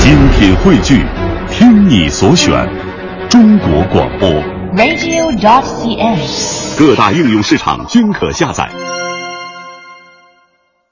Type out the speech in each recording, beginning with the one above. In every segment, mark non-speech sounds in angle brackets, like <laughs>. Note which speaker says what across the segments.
Speaker 1: 精品汇聚，听你所选，中国广播。
Speaker 2: radio.cn。
Speaker 1: 各大应用市场均可下载。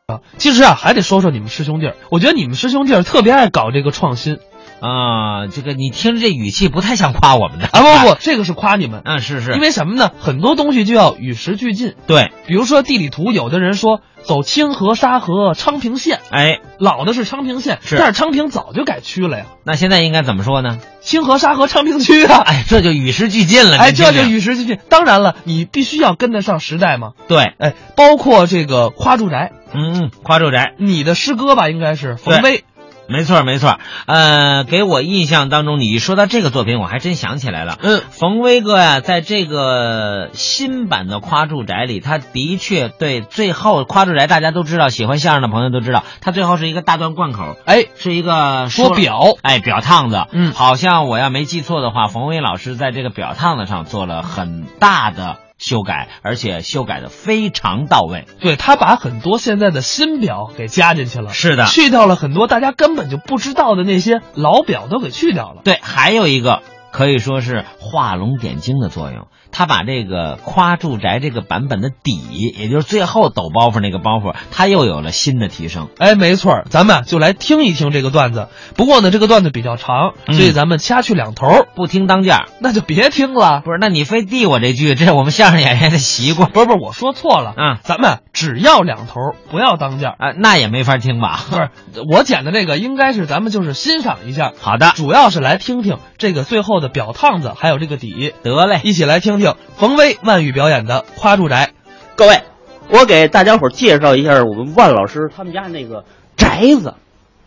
Speaker 3: 啊，其实啊，还得说说你们师兄弟儿。我觉得你们师兄弟儿特别爱搞这个创新
Speaker 4: 啊，这个你听着这语气不太像夸我们的
Speaker 3: 啊！不不，这个是夸你们，
Speaker 4: 嗯，是是，
Speaker 3: 因为什么呢？很多东西就要与时俱进。
Speaker 4: 对，
Speaker 3: 比如说地理图，有的人说走清河、沙河、昌平县，
Speaker 4: 哎，
Speaker 3: 老的是昌平县，
Speaker 4: 是
Speaker 3: 但是昌平早就改区了呀，
Speaker 4: 那现在应该怎么说呢？
Speaker 3: 清河、沙河、昌平区啊。
Speaker 4: 哎，这就与时俱进
Speaker 3: <laughs>
Speaker 4: 了。
Speaker 3: 哎，
Speaker 4: 您
Speaker 3: 这
Speaker 4: 听
Speaker 3: 就
Speaker 4: 听
Speaker 3: 与时俱进。当然了，你必须要跟得上时代嘛。
Speaker 4: 对，
Speaker 3: 哎，包括这个夸住宅，
Speaker 4: 嗯，嗯，夸住宅，
Speaker 3: 你的诗歌吧，应该是冯
Speaker 4: 对
Speaker 3: 威。
Speaker 4: 没错没错。呃，给我印象当中，你一说到这个作品，我还真想起来了。
Speaker 3: 嗯，
Speaker 4: 冯威哥呀、在这个新版的《夸住宅》里，他的确对最后《夸住宅》，大家都知道，喜欢相声的朋友都知道，他最后是一个大段贯口，
Speaker 3: 哎，
Speaker 4: 是一个
Speaker 3: 说
Speaker 4: 表。
Speaker 3: 表，
Speaker 4: 哎，表烫子，
Speaker 3: 嗯
Speaker 4: 好像我要没记错的话，冯威老师在这个表烫子上做了很大的修改，而且修改的非常到位。
Speaker 3: 对他把很多现在的新表给加进去了。
Speaker 4: 是的
Speaker 3: 去掉了很多大家根本就不知道的那些老表都给去掉了。
Speaker 4: 对，还有一个可以说是画龙点睛的作用，他把这个夸住宅这个版本的底，也就是最后抖包袱那个包袱，他又有了新的提升。
Speaker 3: 哎，没错儿，咱们啊就来听一听这个段子。不过呢，这个段子比较长，
Speaker 4: 嗯
Speaker 3: 所以咱们掐去两头儿，
Speaker 4: 不听当价，
Speaker 3: 那就别听了。
Speaker 4: 不是？那你非递我这句，这是我们相声演员的习惯
Speaker 3: 不是不是，我说错了，
Speaker 4: 啊
Speaker 3: 咱们啊只要两头儿，不要当价。
Speaker 4: 啊、那也没法听吧？
Speaker 3: 不是，我剪的这个应该是咱们就是欣赏一下，
Speaker 4: 好的，
Speaker 3: 主要是来听听这个最后的表趟子，还有这个底。
Speaker 4: 得嘞，
Speaker 3: 一起来听听冯威万语表演的《夸住宅》。
Speaker 5: 各位，我给大家伙儿介绍一下我们万老师他们家那个宅子，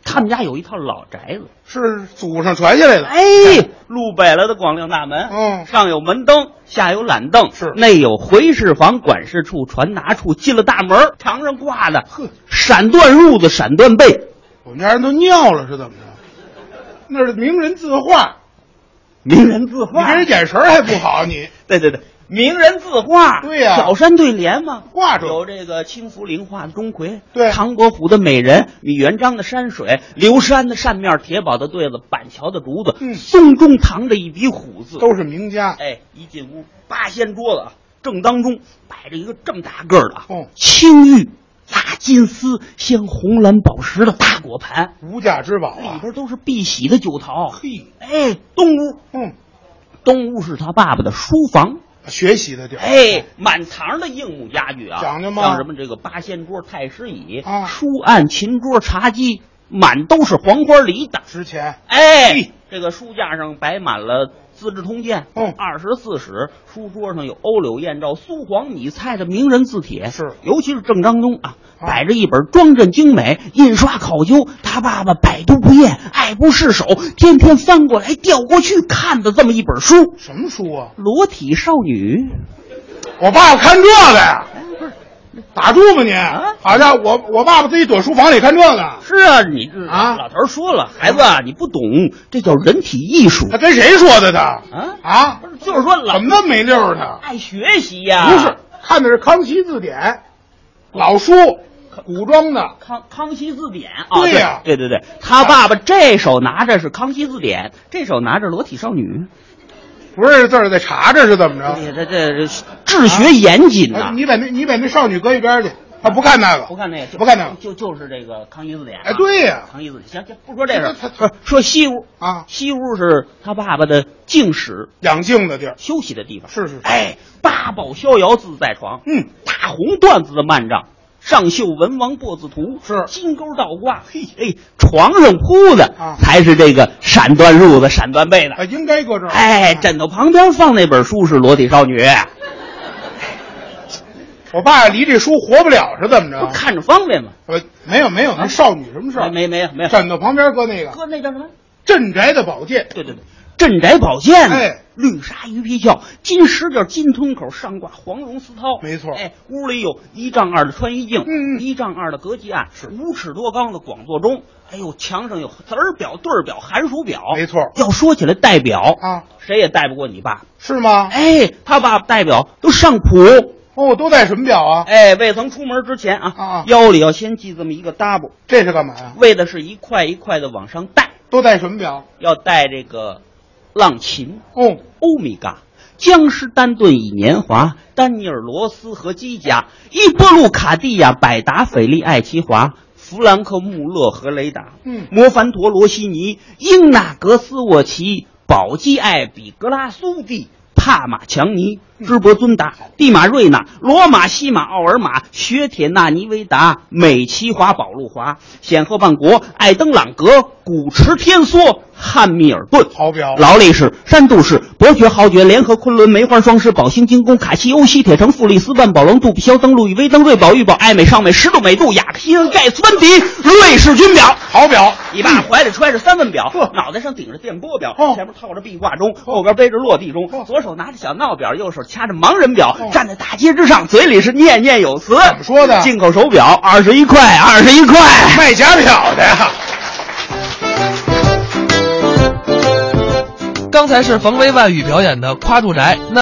Speaker 5: 他们家有一套老宅子，
Speaker 6: 是祖上传下来的。
Speaker 5: 哎，路北了的广亮大门，
Speaker 6: 嗯
Speaker 5: 上有门灯，下有懒凳，
Speaker 6: 是
Speaker 5: 内有回事房、管事处、传达处。进了大门，墙上挂的
Speaker 6: 呵
Speaker 5: 闪缎褥子、闪缎被，
Speaker 6: 我们家人都尿了，是怎么着？那是名人字画，
Speaker 5: 名人字
Speaker 6: 你
Speaker 5: 画。
Speaker 6: 这人眼神还不好，你
Speaker 5: 对对对，名人字画，
Speaker 6: 对呀
Speaker 5: 小山对联嘛，
Speaker 6: 画着
Speaker 5: 有这个青福陵画的钟馗，
Speaker 6: 对
Speaker 5: 唐伯虎的美人，李元璋的山水，刘山的扇面，铁宝的对子，板桥的竹子，
Speaker 6: 嗯
Speaker 5: 宋仲堂的一笔虎字。
Speaker 6: 都是名家。
Speaker 5: 哎，一进屋，八仙桌子啊，正当中摆着一个这么大个儿的啊，
Speaker 6: 哦
Speaker 5: 青玉、大金丝、镶红蓝宝石的大果盘，
Speaker 6: 无价之宝
Speaker 5: 里
Speaker 6: 啊！
Speaker 5: 边哎都是碧玺的酒桃。
Speaker 6: 嘿，
Speaker 5: 哎，东屋，
Speaker 6: 嗯，
Speaker 5: 东屋是他爸爸的书房。
Speaker 6: 学习的地儿。
Speaker 5: 哎，满堂的硬木家具啊，
Speaker 6: 哦讲究吗
Speaker 5: 像什么这个八仙桌、太师椅、
Speaker 6: 啊
Speaker 5: 书案、琴桌、茶几，满都是黄花梨的。
Speaker 6: 值钱。
Speaker 5: 哎，这个书架上摆满了《资治通鉴》
Speaker 6: 嗯
Speaker 5: 二十四史》，书桌上有欧柳燕赵、苏黄米蔡的名人字帖，
Speaker 6: 是
Speaker 5: 尤其是郑章宗啊，
Speaker 6: 啊
Speaker 5: 摆着一本装帧精美、印刷考究，他爸爸百读不厌、爱不释手，天天翻过来调过去看的这么一本书《
Speaker 6: 什么书啊？
Speaker 5: 裸体少女》。
Speaker 6: 我爸爸看这个呀。打住吧你！
Speaker 5: 哎啊
Speaker 6: 好家伙，我我爸爸自己躲书房里看这个，
Speaker 5: 是啊，你这
Speaker 6: 啊
Speaker 5: 老头儿说了，孩子啊，你不懂，这叫人体艺术
Speaker 6: 他跟谁说的他？
Speaker 5: 啊！
Speaker 6: 啊
Speaker 5: 不，是，就是说老
Speaker 6: 怎么那么没溜儿他？
Speaker 5: 爱学习呀、
Speaker 6: 不是，看的是《康熙字典》，老书，古装的。
Speaker 5: 康康熙字典啊，
Speaker 6: 对呀
Speaker 5: 对对对，他爸爸这手拿着是康熙字典，这手拿着裸体少女，
Speaker 6: 不认识字儿得查查是怎么着？
Speaker 5: 哎呀这这这治学严谨呐、
Speaker 6: 哎你把那你把那少女搁一边去，他不看那个，
Speaker 5: 嗯不看那个，就
Speaker 6: 不看那个。
Speaker 5: 就就是这个康熙字典、啊。
Speaker 6: 哎，对呀、
Speaker 5: 康熙字典。行行，不说这事儿
Speaker 6: 他，
Speaker 5: 不
Speaker 6: 他
Speaker 5: 是说西屋
Speaker 6: 啊
Speaker 5: 西屋是他爸爸的静室，
Speaker 6: 养静的地儿
Speaker 5: 休息的地方。
Speaker 6: 是是是
Speaker 5: 哎，八宝逍遥自在床，
Speaker 6: 嗯，
Speaker 5: 大红缎子的幔帐，上绣文王脖子图，
Speaker 6: 是
Speaker 5: 金钩倒挂，嘿，哎，床上铺的、
Speaker 6: 啊
Speaker 5: 才是这个闪缎褥子、闪缎被呢
Speaker 6: 啊，。应该搁这儿。啊
Speaker 5: 哎，枕头旁边放那本书是《裸体少女》，
Speaker 6: 我爸离这书活不了是怎么
Speaker 5: 不
Speaker 6: 着？
Speaker 5: 看着方便吗？
Speaker 6: 呃，没有没有，那少女什么事儿？
Speaker 5: 没没有没有，
Speaker 6: 枕头旁边搁那个
Speaker 5: 搁那叫什么？
Speaker 6: 镇宅的宝剑，
Speaker 5: 对对对，镇宅宝剑，
Speaker 6: 哎，
Speaker 5: 绿纱鱼皮鞘，金十角金吞口，上挂黄绒丝绦，
Speaker 6: 没错
Speaker 5: 哎，屋里有一丈二的穿衣镜，
Speaker 6: 嗯嗯
Speaker 5: 一丈二的隔几案，是五尺多高的广座钟，哎呦，墙上有子儿表、对儿表、寒暑表，
Speaker 6: 没错
Speaker 5: 要说起来代表
Speaker 6: 啊，
Speaker 5: 谁也带不过你爸，
Speaker 6: 是吗？
Speaker 5: 哎，他爸代表都上谱。
Speaker 6: 哦，都戴什么表啊？
Speaker 5: 哎，未曾出门之前啊，
Speaker 6: 啊
Speaker 5: 腰里要先系这么一个搭布，
Speaker 6: 这是干嘛呀？
Speaker 5: 为的是一块一块的往上带。
Speaker 6: 都都带什么表？
Speaker 5: 要带这个浪琴、
Speaker 6: 哦，
Speaker 5: 欧米伽、江诗丹顿、以年华、丹尼尔罗斯和基甲、伊波路卡蒂亚、百达翡丽、爱奇华、弗兰克穆勒和雷达、
Speaker 6: 嗯
Speaker 5: 摩凡陀罗西尼、英纳格斯沃奇、宝基艾比格拉苏蒂。帕马强尼、
Speaker 6: 嗯
Speaker 5: 芝伯尊达、蒂马瑞纳、罗马西马奥尔马、雪铁纳尼维达、美奇华保路华、显赫万国、艾登朗格、古驰天梭、汉密尔顿。
Speaker 6: 好表。
Speaker 5: 劳力士、山度士、伯爵豪爵、联合昆仑、梅花双狮、宝兴精工、卡西欧、西铁城、富丽斯、万宝龙、杜比肖登、路易威登、瑞宝、玉宝、爱美、尚美、十度美度、雅克西恩、盖茨、温迪、瑞士军表。
Speaker 6: 好表，
Speaker 5: 你爸怀里揣着三分表
Speaker 6: 呵，
Speaker 5: 脑袋上顶着电波表
Speaker 6: 哦，
Speaker 5: 前面套着壁挂钟，后边背着落地钟，左手拿着小闹表，右手掐着盲人表
Speaker 6: 哦，
Speaker 5: 站在大街之上，嘴里是念念有词。
Speaker 6: 怎么说的
Speaker 5: 进口手表二十一块，二十一块。
Speaker 6: 卖假表的呀。
Speaker 3: 刚才是冯威外语表演的《夸住宅》，那。